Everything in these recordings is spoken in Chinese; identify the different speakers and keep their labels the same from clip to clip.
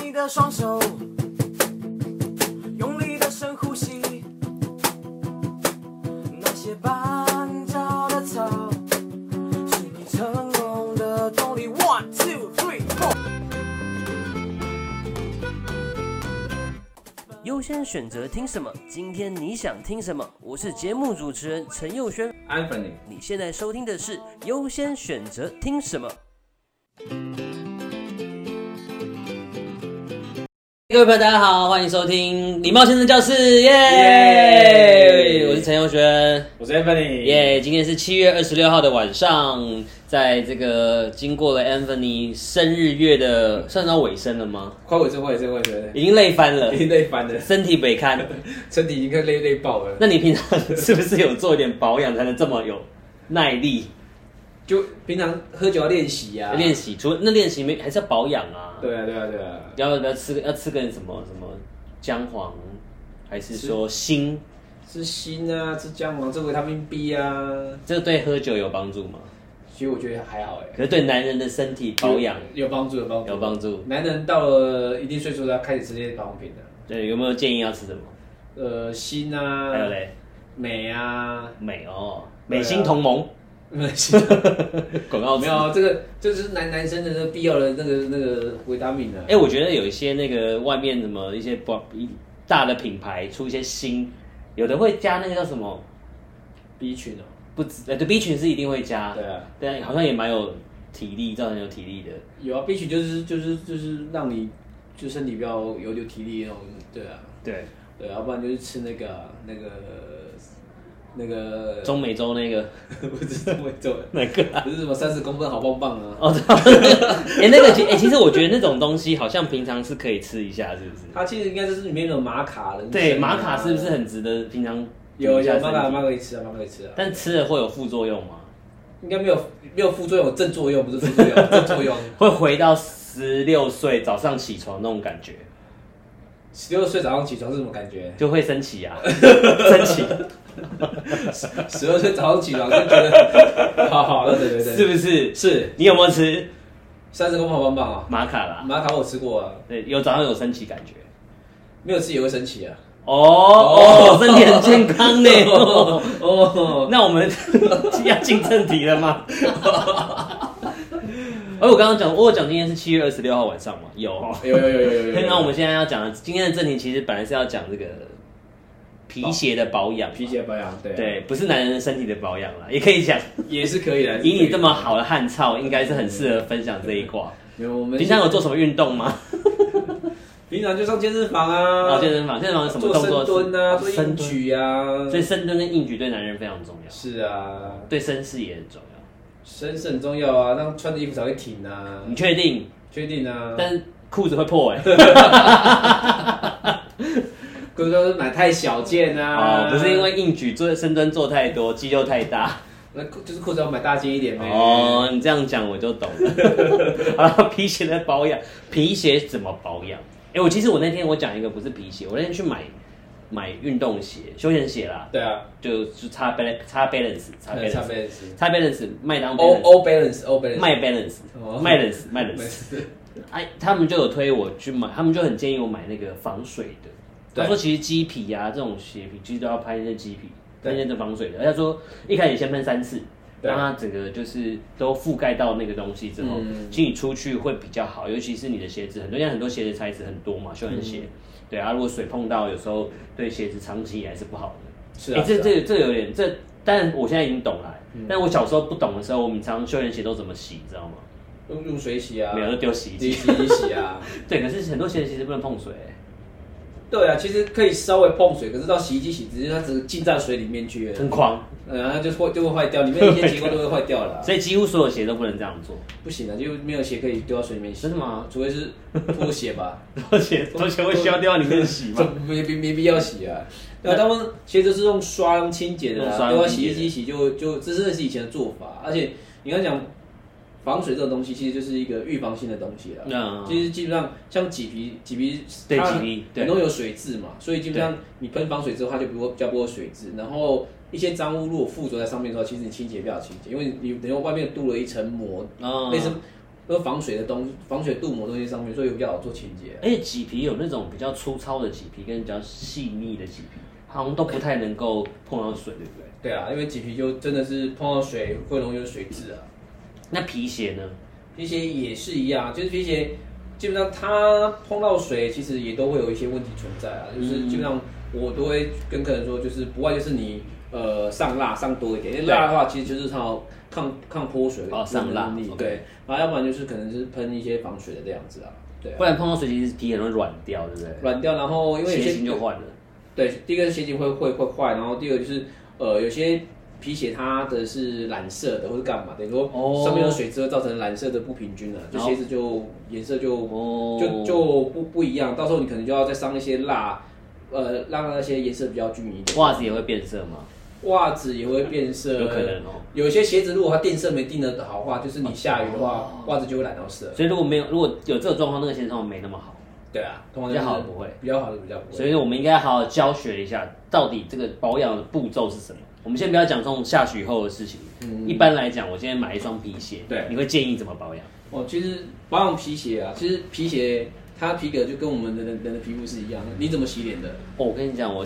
Speaker 1: 你的双手，用力的深呼吸。那些绊倒的草，是你成功的动力。One two three four。
Speaker 2: 优先选择听什么？今天你想听什么？我是节目主持人陈佑轩，
Speaker 3: Anthony，
Speaker 2: 你现在收听的是优先选择听什么。
Speaker 4: 各位朋友，大家好，欢迎收听礼貌先生教室，耶、
Speaker 3: 耶
Speaker 4: 我是陈佑轩，
Speaker 3: 我是 Anthony，
Speaker 4: 耶、今天是七月二十六号的晚上，在这个经过了 Anthony 生日月的，算到尾声了吗？
Speaker 3: 快我是快我是快我是，
Speaker 4: 已经累翻了
Speaker 3: 已，经累翻了，
Speaker 4: 身体北看。
Speaker 3: 身体已经快累累爆了。
Speaker 4: 那你平常 是不是有做一点保养，才能这么有耐力？
Speaker 3: 就平常喝酒要练习呀，
Speaker 4: 练。习，除了那练习没，还是要保养啊。，
Speaker 3: 啊对啊对啊对啊，
Speaker 4: 要不要吃个要吃个什么什么姜黄，还是说锌？
Speaker 3: 吃锌啊，吃姜黄，吃维他命 B 啊。
Speaker 4: 这对喝酒有帮助吗？
Speaker 3: 其实我觉得还好哎，
Speaker 4: 可是对男人的身体保养
Speaker 3: 有有帮助有帮助
Speaker 4: 有帮助。
Speaker 3: 男人到了一定岁数，他开始吃这些保养品了。
Speaker 4: 对，有没有建议要吃什么？
Speaker 3: 呃，锌啊，
Speaker 4: 还有，嘞，
Speaker 3: 镁啊，
Speaker 4: 美哦，
Speaker 3: 对啊
Speaker 4: 美心同 盟
Speaker 3: 没有
Speaker 4: 广告词
Speaker 3: 没。有啊这个，这是男男生的那个必要的那个那个维他命啊。
Speaker 4: 哎，我觉得有一些那个外面什么一些不一大的品牌出一些新，有的会加那个叫什么
Speaker 3: B 群哦，
Speaker 4: 不止，呃，对 B 群是一定会加，
Speaker 3: 对啊。
Speaker 4: 但好像也蛮有体力，造成有体力的。
Speaker 3: 有啊，必须就是就是就是让你就身体比较有有体力那种，对啊，
Speaker 4: 对，
Speaker 3: 对啊，要不然就是吃那个啊那个那个，
Speaker 4: 中美洲那个
Speaker 3: 不是这么做，
Speaker 4: 那 个啊
Speaker 3: 不是什么三十公分好棒棒啊，
Speaker 4: 哦，知道哎，那个其哎，其实我觉得那种东西好像平常是可以吃一下，是不是？
Speaker 3: 它其实应该就是里面有玛卡的，啊
Speaker 4: 对，玛卡是不是？很值得平常
Speaker 3: 有
Speaker 4: 补一下
Speaker 3: 有
Speaker 4: 身体
Speaker 3: 玛卡，玛卡可以吃啊，玛卡可以吃啊，
Speaker 4: 但吃了会有副作用吗？
Speaker 3: 应该没有没有副作用，正作用不是副作用，正作用。
Speaker 4: 会回到十六岁早上起床那种感觉，
Speaker 3: 十六岁早上起床是什么感觉？
Speaker 4: 就会升起 啊，升起，
Speaker 3: 十六岁早上起床就觉得， 好好，对对对
Speaker 4: 是
Speaker 3: 对，
Speaker 4: 不是？
Speaker 3: 是
Speaker 4: 你有没有吃
Speaker 3: 三十公分好棒棒啊，
Speaker 4: 玛卡啦？
Speaker 3: 玛卡我吃过啊，
Speaker 4: 对，有早上有升起感觉。
Speaker 3: 没有吃也会生气啊。
Speaker 4: 哦哦，身体很健 康呢。哦
Speaker 3: 哦，
Speaker 4: 那我们 要进正题了 吗？而我刚刚讲，我有讲今天是七月二十六号晚上嘛，有哦。
Speaker 3: 有有有有有有有。
Speaker 4: 那我们现在要讲的今天的正题，其实本来是要讲这个皮鞋的保养嘛，
Speaker 3: 皮鞋保养，对
Speaker 4: 对，不是男人身体的保养啦，也可以讲。
Speaker 3: 也是可以的。
Speaker 4: 以你这么好的汉操，应该是很适合分享这一卦。
Speaker 3: 没有，我们
Speaker 4: 平常有做什么运动吗？
Speaker 3: 平常就上健身房啊，
Speaker 4: 啊，健身房，健身房有什么动
Speaker 3: 做
Speaker 4: 作是？哦
Speaker 3: 深蹲啊，做
Speaker 4: 深
Speaker 3: 硬
Speaker 4: 蹲。
Speaker 3: 举啊，
Speaker 4: 所以深蹲跟硬举对男人非常重要，
Speaker 3: 是啊，
Speaker 4: 对绅士也很重要。
Speaker 3: 身是很重要啊，让穿的衣服才会挺啊，
Speaker 4: 你确定？
Speaker 3: 确定啊？
Speaker 4: 但是裤子会破哎、
Speaker 3: 哥哥是买太小件啊，
Speaker 4: 哦，不是因为硬举做深蹲做太多，肌肉太大。
Speaker 3: 那裤就是裤子要买大件一点呗。
Speaker 4: 哦，，你这样讲我就懂了。 好了，皮鞋的保养，皮鞋怎么保养？哎、我其实我那天我讲一个不是皮鞋，我那天去买买运动鞋、休闲鞋啦，
Speaker 3: 对啊，
Speaker 4: 就就差 balance 差 balance 差
Speaker 3: 差
Speaker 4: balance
Speaker 3: 别是
Speaker 4: 差 balance 麦当
Speaker 3: O
Speaker 4: balance
Speaker 3: O balance O balance
Speaker 4: 卖 balance
Speaker 3: 哦
Speaker 4: 卖 balance 卖 balance，
Speaker 3: balance
Speaker 4: 哎，他们就有推我去买，他们就很建议我买那个防水的。
Speaker 3: 对
Speaker 4: 他说其实鸡皮啊这种鞋皮其实都要拍那些鸡皮，
Speaker 3: 对
Speaker 4: 拍那些防水的。而且他说一开始先喷三次，
Speaker 3: 对
Speaker 4: 让它整个就是都覆盖到那个东西之后，
Speaker 3: 嗯
Speaker 4: 其实你出去会比较好，尤其是你的鞋子，很多现在很多鞋子材质很多
Speaker 3: 嗯
Speaker 4: 嘛，休闲鞋，对啊，如果水碰到，有时候对鞋子长期以来是不好的。
Speaker 3: 是
Speaker 4: 哎、
Speaker 3: 啊，嗯
Speaker 4: 这
Speaker 3: 是啊
Speaker 4: 这这有点这，但我现在已经懂了、但我小时候不懂的时候，我们常常休闲鞋都怎么洗，你知道吗？
Speaker 3: 用用水洗啊，
Speaker 4: 没有就丢洗衣
Speaker 3: 洗
Speaker 4: 机。
Speaker 3: 洗一洗啊。
Speaker 4: 对，可是很多鞋子其实不能碰水、哎
Speaker 3: 对啊，其实可以稍微碰水，可是到洗衣机洗，只是它只是浸在水里面去了，呃
Speaker 4: 很狂，
Speaker 3: 然后它就会就会坏掉，里面一些结构都会坏掉了 啊、
Speaker 4: 所以几乎所有鞋都不能这样做。
Speaker 3: 不行啊，就没有鞋可以丢到水里面洗，
Speaker 4: 真的吗？
Speaker 3: 除非是拖鞋 吧，
Speaker 4: 拖鞋，拖鞋会需要掉到里面 洗
Speaker 3: 这
Speaker 4: 吗？
Speaker 3: 没没没必要洗啊。对啊，他们鞋子是用刷用清洁的
Speaker 4: 用
Speaker 3: 啦，
Speaker 4: 刷
Speaker 3: 丢到
Speaker 4: 用
Speaker 3: 洗
Speaker 4: 清洁
Speaker 3: 衣机洗就就这真的是以前的做法，而且你刚讲防水这种东西，其实就是一个预防性的东西啊啦。
Speaker 4: 那
Speaker 3: 其实基本上像麂皮，麂皮
Speaker 4: 嗯对
Speaker 3: 它
Speaker 4: 麂皮对
Speaker 3: 很多有水渍嘛，所以基本上你喷防水之后，它就不会比较不会有水渍。然后一些脏污如果附着在上面的话，其实你清洁不了清洁，因为你等于外面镀了一层膜，
Speaker 4: 嗯
Speaker 3: 类似都是防水的东防水镀膜东西上面，所以比较好做清洁、
Speaker 4: 而且麂皮有那种比较粗糙的麂皮，跟比较细腻的麂皮，好像都不太能够碰到水，对不对？
Speaker 3: 对啊，因为麂皮就真的是碰到水会容易有水渍啊。
Speaker 4: 那皮鞋呢？
Speaker 3: 皮鞋也是一样，就是皮鞋基本上它碰到水，其实也都会有一些问题存在啊。
Speaker 4: 嗯
Speaker 3: 就是基本上我都会跟客人说，就是不外就是你呃上蜡上多一点，因为蜡的话其实就是它有抗抗泼水
Speaker 4: 哦上蜡
Speaker 3: 的能力
Speaker 4: OK
Speaker 3: 对，然后要不然就是可能就是喷一些防水的这样子啊，对啊
Speaker 4: 不然碰到水，其实皮很容易软掉，对不对？
Speaker 3: 软掉，然后因为有
Speaker 4: 鞋
Speaker 3: 些
Speaker 4: 型就换了。
Speaker 3: 对，第一个是鞋型会会会坏，然后第二个就是呃有些皮鞋它的是染色的或者干嘛的，如
Speaker 4: 哦
Speaker 3: 果上面有水渍会造成染色的不平均了、就
Speaker 4: 然后
Speaker 3: 鞋子就颜色就
Speaker 4: 哦
Speaker 3: 就就不不一样，到时候你可能就要再上一些蜡，呃，让那些颜色比较均匀一点。
Speaker 4: 袜子也会变色吗？
Speaker 3: 袜子也会变色，
Speaker 4: 有可能哦。
Speaker 3: 有些鞋子如果它定色没定的好的话，就是你下雨的话，袜子就会染到色。
Speaker 4: 哦所以如果没有，如果有这种状况，那个鞋上没那么好。
Speaker 3: 对啊，通常
Speaker 4: 比较好的不会，
Speaker 3: 比较好的比较不会。
Speaker 4: 所以我们应该好好教学一下，到底这个保养的步骤是什么。我们先不要讲这种下雪后的事情。一般来讲，我现在买一双皮鞋，
Speaker 3: 嗯对
Speaker 4: 你会建议怎么保养？
Speaker 3: 哦，其实保养皮鞋啊，其实皮鞋它皮革就跟我们人的人的皮肤是一样的，你怎么洗脸的？
Speaker 4: 哦，我跟你讲，我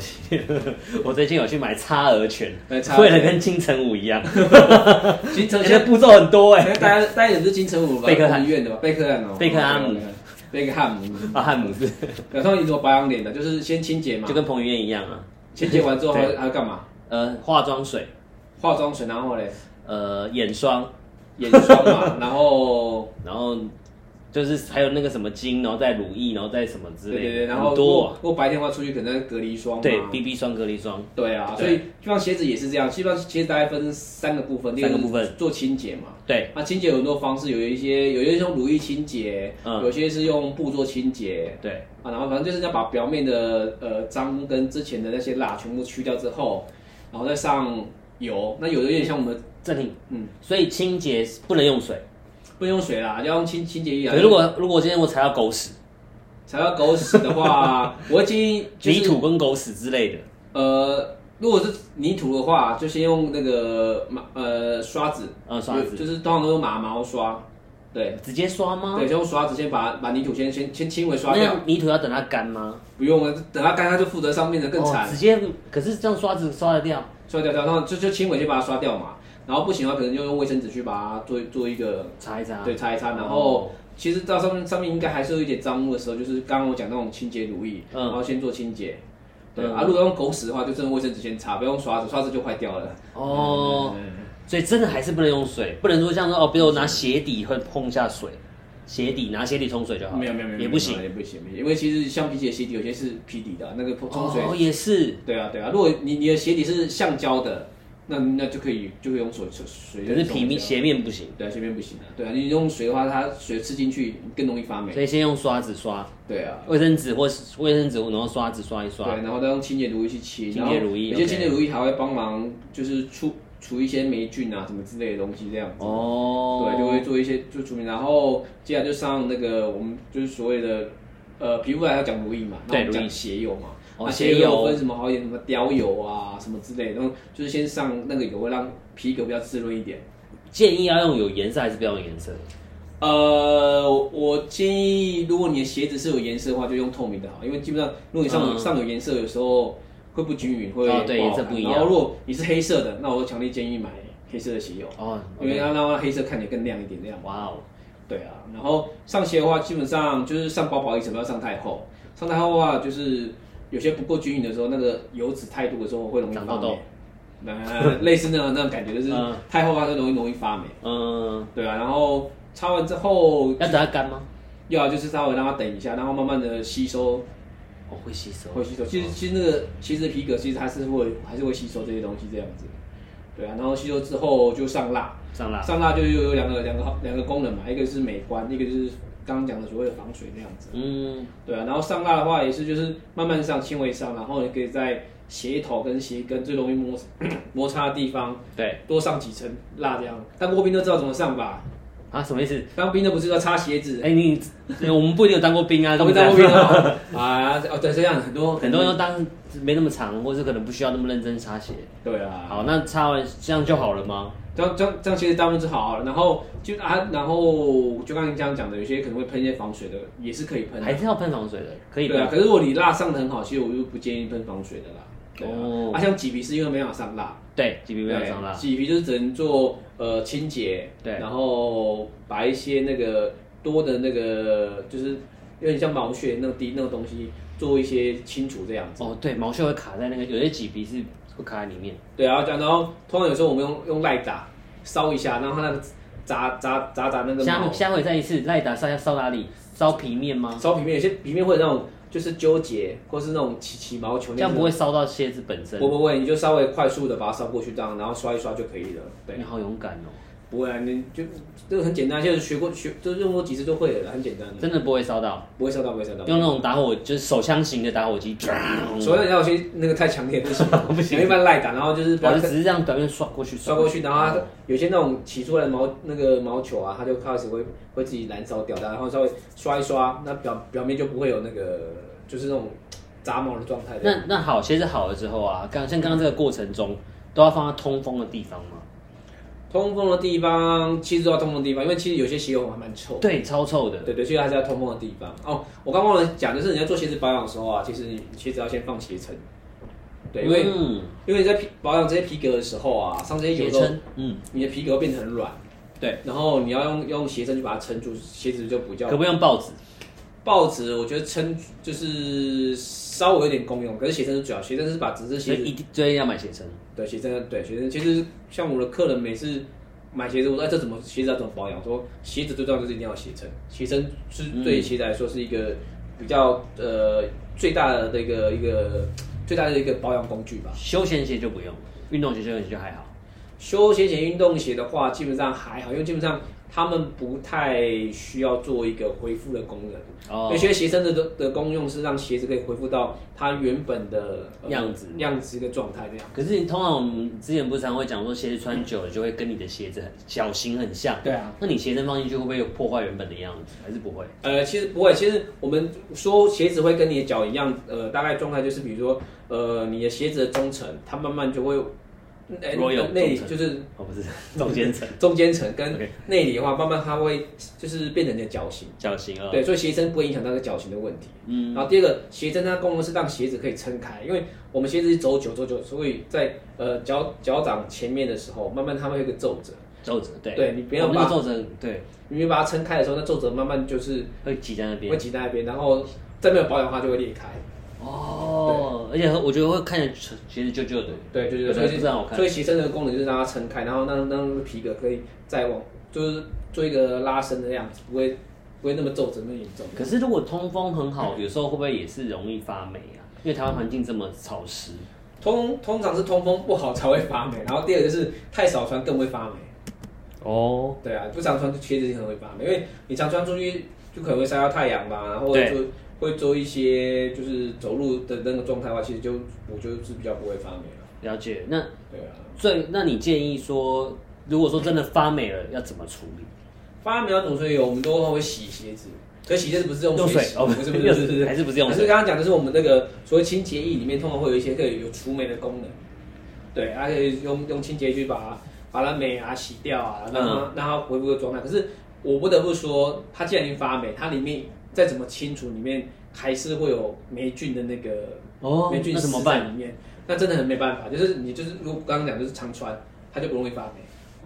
Speaker 4: 我最近有去买擦额泉
Speaker 3: 买，擦额
Speaker 4: 为
Speaker 3: 泉
Speaker 4: 了跟金城武一 样，
Speaker 3: 其实
Speaker 4: 现在步骤很多哎、
Speaker 3: 大家大家也是金城武吧，
Speaker 4: 贝克汉
Speaker 3: 医院的吧，贝克汉哦，
Speaker 4: 贝克汉姆，
Speaker 3: 贝克汉姆。
Speaker 4: 啊，汉姆斯
Speaker 3: 然后你怎么保养脸的？就是先清洁嘛
Speaker 4: 就，跟彭于晏一样啊，
Speaker 3: 清洁完之后还
Speaker 4: 对
Speaker 3: 还要干嘛？
Speaker 4: 呃，化妆水，
Speaker 3: 化妆水，然后嘞，
Speaker 4: 呃，眼霜，
Speaker 3: 眼霜嘛，然后
Speaker 4: 然后就是还有那个什么精，然后再乳液，然后再什么之
Speaker 3: 对
Speaker 4: 类的，
Speaker 3: 对对，然后
Speaker 4: 很
Speaker 3: 嗯如
Speaker 4: 多
Speaker 3: 果
Speaker 4: 啊、
Speaker 3: 如果白天的话出去可能要隔离霜嘛，
Speaker 4: 对，BB 霜、隔离霜，
Speaker 3: 对啊，
Speaker 4: 对
Speaker 3: 所以基本上鞋子也是这样，基本上鞋子大概分三个部分，第一
Speaker 4: 三个部分
Speaker 3: 是做清洁嘛，
Speaker 4: 对，
Speaker 3: 那清洁有很多方式，有一些有一些是用乳液清洁，
Speaker 4: 嗯
Speaker 3: 有些是用布做清洁
Speaker 4: 对，
Speaker 3: 啊，然后反正就是要把表面的呃脏跟之前的那些蜡全部去掉之后，然后再上油，那有的有点像我们
Speaker 4: 暂停，嗯
Speaker 3: 嗯，
Speaker 4: 所以清洁是不能用水。
Speaker 3: 不能用水啦，要用清清洁液啊
Speaker 4: 可。是如果如果今天我踩到狗屎、
Speaker 3: 踩到狗屎的话，我会建议就是
Speaker 4: 泥土跟狗屎之类的，
Speaker 3: 呃，如果是泥土的话，就先用那个马呃刷子，
Speaker 4: 嗯刷子
Speaker 3: 就就是通常都用马毛刷，对
Speaker 4: 直接刷吗
Speaker 3: 对，？先用刷子先把把泥土先先先轻微刷
Speaker 4: 那
Speaker 3: 掉，
Speaker 4: 样泥土要等它干吗？
Speaker 3: 不用了，等它干它就负责上面的更
Speaker 4: 哦
Speaker 3: 惨
Speaker 4: 直，接可是这样刷子刷得掉，
Speaker 3: 刷掉掉，然后就就轻微先把它刷掉嘛，然后不行的话，可能就用卫生纸去把它做做一个
Speaker 4: 擦一擦。
Speaker 3: 对擦一擦，然
Speaker 4: 哦
Speaker 3: 后。其实到上面上面应该还是有一点脏污的时候，就是刚刚我讲那种清洁乳液，
Speaker 4: 嗯
Speaker 3: 然后先做清洁。对、
Speaker 4: 嗯
Speaker 3: 啊，如果用狗屎的话，就真的卫生纸先擦，不要用刷子，刷子就坏掉了。
Speaker 4: 哦，
Speaker 3: 嗯
Speaker 4: 所以真的还是不能用水，不能说像说哦，比如我拿鞋底会碰一下水，鞋底拿鞋底冲水就好了，
Speaker 3: 嗯没有没有没有，
Speaker 4: 也不行。
Speaker 3: 也不行，因为其实橡皮鞋鞋底有些是皮底的，那个冲水。
Speaker 4: 哦，也是，
Speaker 3: 对啊对啊，如果你你的鞋底是橡胶的，那那就可以就可以用水水水。
Speaker 4: 可是皮面鞋面不行，
Speaker 3: 对啊，鞋面不行啊。对啊，你用水的话，它水吃进去更容易发霉
Speaker 4: 所。以先用刷子刷，
Speaker 3: 对啊。
Speaker 4: 卫生纸或是卫生纸，然后刷子刷一刷
Speaker 3: 对，。然后再用清洁乳液去清，
Speaker 4: 清洁乳液
Speaker 3: 然后有些
Speaker 4: OK
Speaker 3: 清洁乳液还会帮忙，就是除除一些霉菌啊什么之类的东西这样子。
Speaker 4: 哦，
Speaker 3: 对，就会做一些就除霉，然后接下来就上那个我们就是所谓的呃皮肤来要讲乳液嘛，
Speaker 4: 对
Speaker 3: 然后我们
Speaker 4: 乳液
Speaker 3: 讲鞋油嘛，
Speaker 4: 哦
Speaker 3: 那
Speaker 4: 鞋
Speaker 3: 鞋
Speaker 4: 油
Speaker 3: 油分什么好一点，什么雕油啊什么之类的，然后就是先上那个油会让皮革比较滋润一点。
Speaker 4: 建议要用有颜色还是不要用颜色？
Speaker 3: 呃，我建议如果你的鞋子是有颜色的话，就用透明的好，因为基本上如果你上有、
Speaker 4: 嗯
Speaker 3: 上有颜色，有时候会不均匀，会
Speaker 4: 哦对
Speaker 3: 不好
Speaker 4: 颜色
Speaker 3: 看
Speaker 4: 不一样
Speaker 3: 然后如果你是黑色的，那我强烈建议买黑色的鞋油，
Speaker 4: 哦，
Speaker 3: 因为
Speaker 4: OK
Speaker 3: 要让它黑色看起来更亮一点，这样。
Speaker 4: 哇哦，
Speaker 3: 对啊，然后上鞋的话，基本上就是上薄薄一层，不要上太厚。上太厚的话，就是有些不够均匀的时候，那个油脂太多的时候会容易发
Speaker 4: 长
Speaker 3: 霉。
Speaker 4: 痘痘
Speaker 3: 呃类似那种那种感觉，就是
Speaker 4: 嗯
Speaker 3: 太厚的话就容易容易发霉。
Speaker 4: 嗯，
Speaker 3: 对啊，然后擦完之后，
Speaker 4: 要等它干吗？
Speaker 3: 要啊就是稍微让它等一下，然后慢慢的吸收，
Speaker 4: 哦，会吸收，
Speaker 3: 会吸收。其实
Speaker 4: 哦
Speaker 3: 其实那个其实皮革其实它是会还是会吸收这些东西这样子。对啊，然后吸收之后就上蜡，
Speaker 4: 上蜡。
Speaker 3: 上蜡就有有两个两个好两个功能嘛，一个是美观，一个就是刚刚讲的所谓的防水那样子。
Speaker 4: 嗯，
Speaker 3: 对啊，然后上蜡的话也是就是慢慢上，轻微上，然后你可以在鞋头跟鞋跟最容易摩摩擦的 地方
Speaker 4: 对
Speaker 3: 多上几层蜡这样。当过兵都知道怎么上吧？
Speaker 4: 啊，什么意思？
Speaker 3: 当兵的不是要擦鞋 子？
Speaker 4: 哎，你哎我们不一定有当过兵 啊，
Speaker 3: 当兵
Speaker 4: 对
Speaker 3: 当
Speaker 4: 不
Speaker 3: 过
Speaker 4: 对
Speaker 3: 兵啊？啊哦对，这样很多
Speaker 4: 很多人都当没那么长，或是可能不需要那么认真擦鞋。
Speaker 3: 对啊。
Speaker 4: 好，那擦完这样就好了吗？
Speaker 3: 这样这样这样其实大部分是好啊。然后就啊，然后就刚你这样讲的，有些可能会喷一些防水的，也是可以喷的。
Speaker 4: 还是要喷防水的，可以
Speaker 3: 对啊，
Speaker 4: 喷。
Speaker 3: 可是如果你蜡上的很好，其实我就不建议喷防水的啦。对啊，
Speaker 4: 哦
Speaker 3: 啊像麂皮是因为没办法上蜡，
Speaker 4: 对，几皮没有伤啦。
Speaker 3: 麂皮就是只能做呃清洁，
Speaker 4: 对
Speaker 3: 然后把一些那个多的那个就是有点像毛屑那个滴那个东西做一些清除这样子。
Speaker 4: 哦，对，毛屑会卡在那个，有些几皮是会卡在里面。
Speaker 3: 对啊，然后通常有时候我们用用赖打烧一下，然后它那个砸砸砸砸那个
Speaker 4: 下
Speaker 3: 毛
Speaker 4: 下回再一次赖打烧要烧哪里？烧皮面吗？
Speaker 3: 啊烧皮面，有些皮面会有那种就是纠结，或是那种起起毛球，
Speaker 4: 这样不会烧到蝎子本身
Speaker 3: 不。不会，你就稍微快速的把它烧过去，这样然后刷一刷就可以了。对
Speaker 4: 你，好勇敢哦，
Speaker 3: 不会啊，你就这个很简单，现在学过学就用过几次就会了，很简单的，
Speaker 4: 真的不会烧到。
Speaker 3: 不会烧到，不会烧到。嗯
Speaker 4: 用那种打火就是手枪型的打火机，砰
Speaker 3: 所以要些那个太强烈不行，不 行，一般赖打，然后就是把
Speaker 4: 我
Speaker 3: 它
Speaker 4: 就只是这样表面刷过去，
Speaker 3: 刷过去，然后它有些那种起出来的毛那个毛球啊，它就开始会会自己燃烧掉，然后稍微刷一刷，那表表面就不会有那个就是那种呃杂毛的状态。
Speaker 4: 那那好，鞋子好了之后啊，刚像刚刚这个过程中，都要放在通风的地方吗？
Speaker 3: 通风的地方，其实都要通风的地方，因为其实有些鞋油还蛮臭的。
Speaker 4: 对，超臭的。
Speaker 3: 对对，所以还是要通风的地方。哦，我刚忘了讲，就是你在做鞋子保养的时候啊，其实你鞋子要先放鞋层。对，因为、
Speaker 4: 嗯，
Speaker 3: 因为你在皮保养这些皮革的时候啊，上这些油
Speaker 4: 鞋
Speaker 3: 之后，
Speaker 4: 撑，嗯，
Speaker 3: 你的皮革会变得很软。对，然后你要用用鞋撑去把它撑住，鞋子就比较
Speaker 4: 可不可以用报纸？
Speaker 3: 报纸我觉得撑就是稍微有点功用，可是鞋撑是主要，鞋撑是把啊整只
Speaker 4: 所
Speaker 3: 鞋
Speaker 4: 以一
Speaker 3: 子
Speaker 4: 定最近要买鞋撑。
Speaker 3: 对鞋撑对鞋撑，其实像我的客人每次买鞋子，我说哎这怎么鞋子要怎么保养？我说鞋子最重要就是一定要鞋撑，鞋撑是
Speaker 4: 嗯
Speaker 3: 对鞋子来说是一个比较呃最大的一个一个最大的一个保养工具吧。
Speaker 4: 休闲鞋就不用，运动鞋、休闲鞋就还好。
Speaker 3: 休闲鞋、运动鞋的话，基本上还好，因为基本上他们不太需要做一个恢复的功能。
Speaker 4: 哦
Speaker 3: 有些鞋身的的功用是让鞋子可以恢复到它原本的、呃
Speaker 4: 样子
Speaker 3: 样子的状态这样。
Speaker 4: 可是你通常我们之前不是常会讲说，鞋子穿久了就会跟你的鞋子很脚型很像。
Speaker 3: 对啊。
Speaker 4: 那你鞋身放进去会不会有破坏原本的样子？还是不会？
Speaker 3: 呃，其实不会，其实我们说鞋子会跟你的脚一样，呃，大概状态就是比如说，呃，你的鞋子的中层，它慢慢就会，呃
Speaker 4: 如果有
Speaker 3: 内
Speaker 4: 中层
Speaker 3: 就是
Speaker 4: 哦，不是，中间层
Speaker 3: 中间层跟
Speaker 4: OK
Speaker 3: 内里的话，慢慢它会就是变成你的脚型。
Speaker 4: 脚型啊。
Speaker 3: 对，所以鞋身不会影响到这个脚型的问题。嗯，然后第二个鞋针它的功能是让鞋子可以撑开，因为我们鞋子走久走久，所以在呃脚脚掌前面的时候，慢慢它会有一个皱褶，
Speaker 4: 皱褶，对，
Speaker 3: 对你不要
Speaker 4: 哦那
Speaker 3: 把
Speaker 4: 个皱褶，对，
Speaker 3: 因为把它撑开的时候，那皱褶慢慢就是
Speaker 4: 会挤在那
Speaker 3: 会
Speaker 4: 边。
Speaker 3: 挤在那边，然后再没有保养的话就会裂开。
Speaker 4: 哦，而且我觉得会看着鞋子旧旧的，
Speaker 3: 对，就是
Speaker 4: 有
Speaker 3: 所
Speaker 4: 的
Speaker 3: 以
Speaker 4: 不是很好看
Speaker 3: 所以。鞋身的功能就是让它撑开，然后让让那个皮革可以再往就是做一个拉伸的样子，不会不会那么皱褶那么严重。
Speaker 4: 可是如果通风很好，有时候会不会也是容易发霉啊？因为台湾环境这么潮湿，
Speaker 3: 通通常是通风不好才会发霉，然后第二个就是太少穿更会发霉。
Speaker 4: 哦，
Speaker 3: 对啊，不常穿鞋子很容易发霉，因为你常穿出去就可能会晒到太阳吧，然后
Speaker 4: 对
Speaker 3: 就会做一些就是走路的那个状态的话，其实就我觉得是比较不会发霉了。
Speaker 4: 了解。那
Speaker 3: 对啊，
Speaker 4: 最，那你建议说，如果说真的发霉了，要怎么处理？
Speaker 3: 发霉要怎么处理？我们都会洗鞋子，可洗鞋子不是用水洗，
Speaker 4: 哦，
Speaker 3: 不是不是不是不是
Speaker 4: 还。是不是用
Speaker 3: 可是
Speaker 4: 水？
Speaker 3: 刚刚讲的是我们那个所谓清洁液里面通常会有一些可以有除霉的功能，对，啊它可以用用清洁去把把它霉啊洗掉啊，让它、
Speaker 4: 嗯
Speaker 3: 让它恢复个状态。可是我不得不说，它既然已经发霉，它里面再怎么清除，里面还是会有霉菌的那个
Speaker 4: 哦
Speaker 3: 霉，菌
Speaker 4: 那
Speaker 3: 死
Speaker 4: 怎么
Speaker 3: 在
Speaker 4: 办？
Speaker 3: 里面，那真的很没办法。就是你就是如果刚刚讲就是常穿，它就不容易发霉，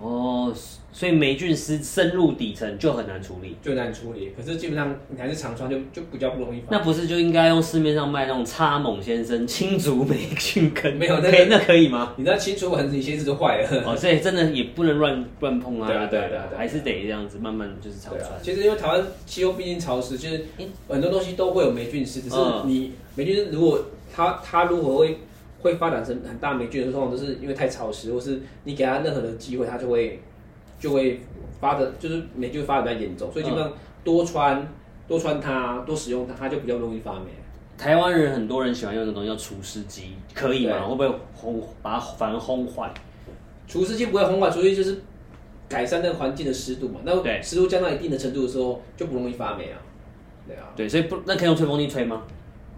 Speaker 4: 哦，所以霉菌是深入底层就很难处理。
Speaker 3: 就难处理。可是基本上你还是常穿就就比较不容易发
Speaker 4: 那
Speaker 3: 霉。
Speaker 4: 不是就应该用市面上卖那种擦猛先生清除霉菌根？
Speaker 3: 没有那个
Speaker 4: 可以那可以吗？
Speaker 3: 你知道清除完你鞋子就坏了。
Speaker 4: 哦，所以真的也不能乱乱碰啊，
Speaker 3: 对啊对啊对啊对啊
Speaker 4: 还是得这样子慢慢就是常
Speaker 3: 对啊
Speaker 4: 穿，。
Speaker 3: 其实因为台湾气候毕竟潮湿，就是很多东西都会有霉菌丝，只是
Speaker 4: 嗯
Speaker 3: 你霉菌丝如果它它如何会会发展成很大霉菌的时候，通常都是因为太潮湿，或是你给它任何的机会，它就会就会发的，就是霉菌发的比较严
Speaker 4: 嗯
Speaker 3: 重，所以基本上多穿多穿它，多使用它，它就比较容易发霉。啊
Speaker 4: 台湾人很多人喜欢用的东西叫除湿机，可以吗？
Speaker 3: 对
Speaker 4: 会不会烘把它反而烘坏？啊
Speaker 3: 除湿机不会烘坏，除湿机就是改善那个环境的湿度嘛。
Speaker 4: 对
Speaker 3: 那湿度降到一定的程度的时候，就不容易发霉啊。对啊。
Speaker 4: 对，所以不那可以用吹风机吹吗？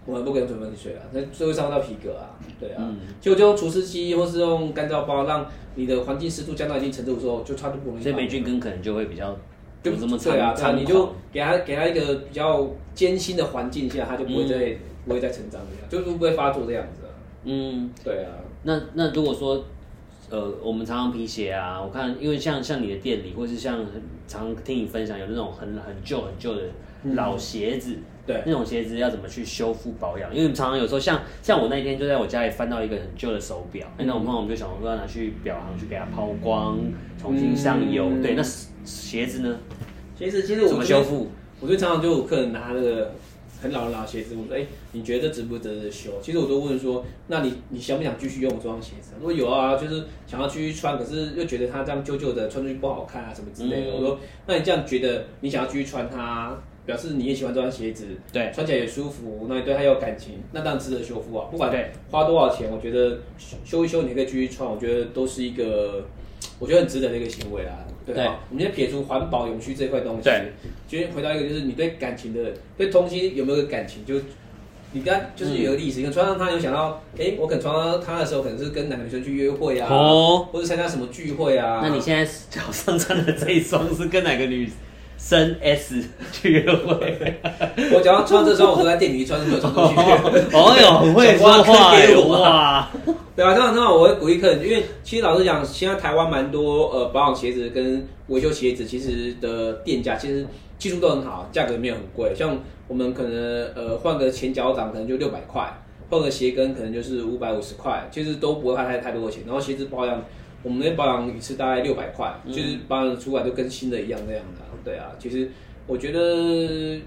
Speaker 3: 我们不给准分水啊，那最后伤到皮革啊，对啊，
Speaker 4: 嗯
Speaker 3: 就就用除湿机或是用干燥包，让你的环境湿度降到一定程度之后，就它就不容易发
Speaker 4: 所
Speaker 3: 霉。
Speaker 4: 以霉菌根可能就会比较
Speaker 3: 就
Speaker 4: 不这么
Speaker 3: 对啊，
Speaker 4: 猖
Speaker 3: 对啊，
Speaker 4: 猖
Speaker 3: 你就
Speaker 4: 狂
Speaker 3: 给它给它一个比较艰辛的环境下，它就不会再、不会再成长这样，就是不会发作这样子啊。
Speaker 4: 嗯。
Speaker 3: 对啊，
Speaker 4: 那那如果说，呃，我们常常皮鞋啊，我看因为像像你的店里，或是像常听你分享有那种很很旧很旧的老鞋子，
Speaker 3: 嗯对
Speaker 4: 那种鞋子要怎么去修复保养？因为我们常常有时候像像我那一天就在我家里翻到一个很旧的手表，
Speaker 3: 嗯
Speaker 4: 那那我们我们就想说要拿去表行去给它抛光，重新上油。
Speaker 3: 嗯
Speaker 4: 对，那鞋子呢？
Speaker 3: 其实其实我
Speaker 4: 怎么修复？
Speaker 3: 我就常常就有客人拿那个很老的老鞋子，我说：“哎、你觉得值不值得修？”其实我都问说：“那你你想不想继续用这双鞋子？”如果有啊，就是想要继续穿，可是又觉得它这样旧旧的，穿出去不好看啊什么之类的。
Speaker 4: 嗯
Speaker 3: 我说：“那你这样觉得你想要继续穿它，表示你也喜欢这双鞋子，
Speaker 4: 对
Speaker 3: 穿起来也舒服，那你对它有感情，那当然值得修复啊。不管
Speaker 4: 对
Speaker 3: 花多少钱，我觉得修修一修，你可以继续穿，我觉得都是一个，我觉得很值得的一个行为啊。”对
Speaker 4: 对
Speaker 3: 啊，我们先撇除环保永续这块东西，
Speaker 4: 对
Speaker 3: 其实回到一个，就是你对感情的对东西有没有个感情，就你跟他就是有个历史，你可能穿上它，你有想到，哎、我可能穿上它的时候，可能是跟哪个女生去约会啊，
Speaker 4: 哦
Speaker 3: 或者参加什么聚会啊。
Speaker 4: 那你现在脚上穿的这一双是跟哪个女生 S 去约会？
Speaker 3: 我假如穿这双，我都在店里穿，没有 穿出去。
Speaker 4: 哦哟，很会说话
Speaker 3: 给
Speaker 4: 耶
Speaker 3: 我
Speaker 4: 哇！
Speaker 3: 对啊，当然，当然，我会鼓励客人，因为其实老实讲，现在台湾蛮多呃保养鞋子跟维修鞋子，其实的店家其实技术都很好，价格没有很贵。像我们可能呃换个前脚掌可能就六百块，换个鞋跟可能就是五百五十块，其实都不会花太太多的钱。然后鞋子保养，我们那保养一次大概六百块，就是保养出来就跟新的一样那样的啊、对啊，其实我觉得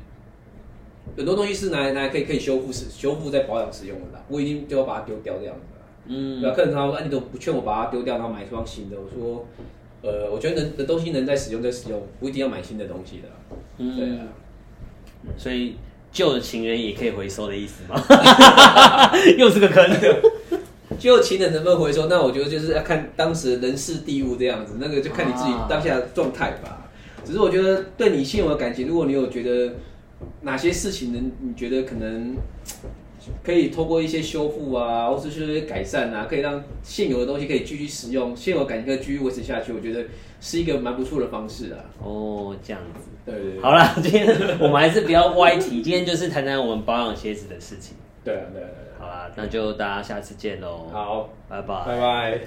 Speaker 3: 很多东西是拿来拿来可以可以修复使修复再保养使用的啦，不一定就要把它丢掉这样子啊。
Speaker 4: 嗯
Speaker 3: 对啊，客人常说，哎、你怎么不劝我把它丢掉，然后买一双新的？我说，呃，我觉得能的东西能再使用再使用，不一定要买新的东西的啊。对啊
Speaker 4: 嗯，，所以旧的情人也可以回收的意思吗？ 又是个坑。
Speaker 3: 就勤能不能回收，那我觉得就是要看当时人事地物这样子，那个就看你自己当下的状态吧。只是我觉得对你现有的感情，如果你有觉得哪些事情能，你觉得可能嗯可以透过一些修复啊，或者是改善啊，可以让现有的东西可以继续使用，现有的感情可以继续维持下去，我觉得是一个蛮不错的方式啊。
Speaker 4: 哦，这样子。
Speaker 3: 对对对。
Speaker 4: 好啦，今天我们还是比较歪题，今天就是谈谈我们保养鞋子的事情。
Speaker 3: 对啊，对啊，对啊。啊
Speaker 4: 好啦，那就大家下次见喽。，
Speaker 3: 好，
Speaker 4: 拜拜。
Speaker 3: 拜拜。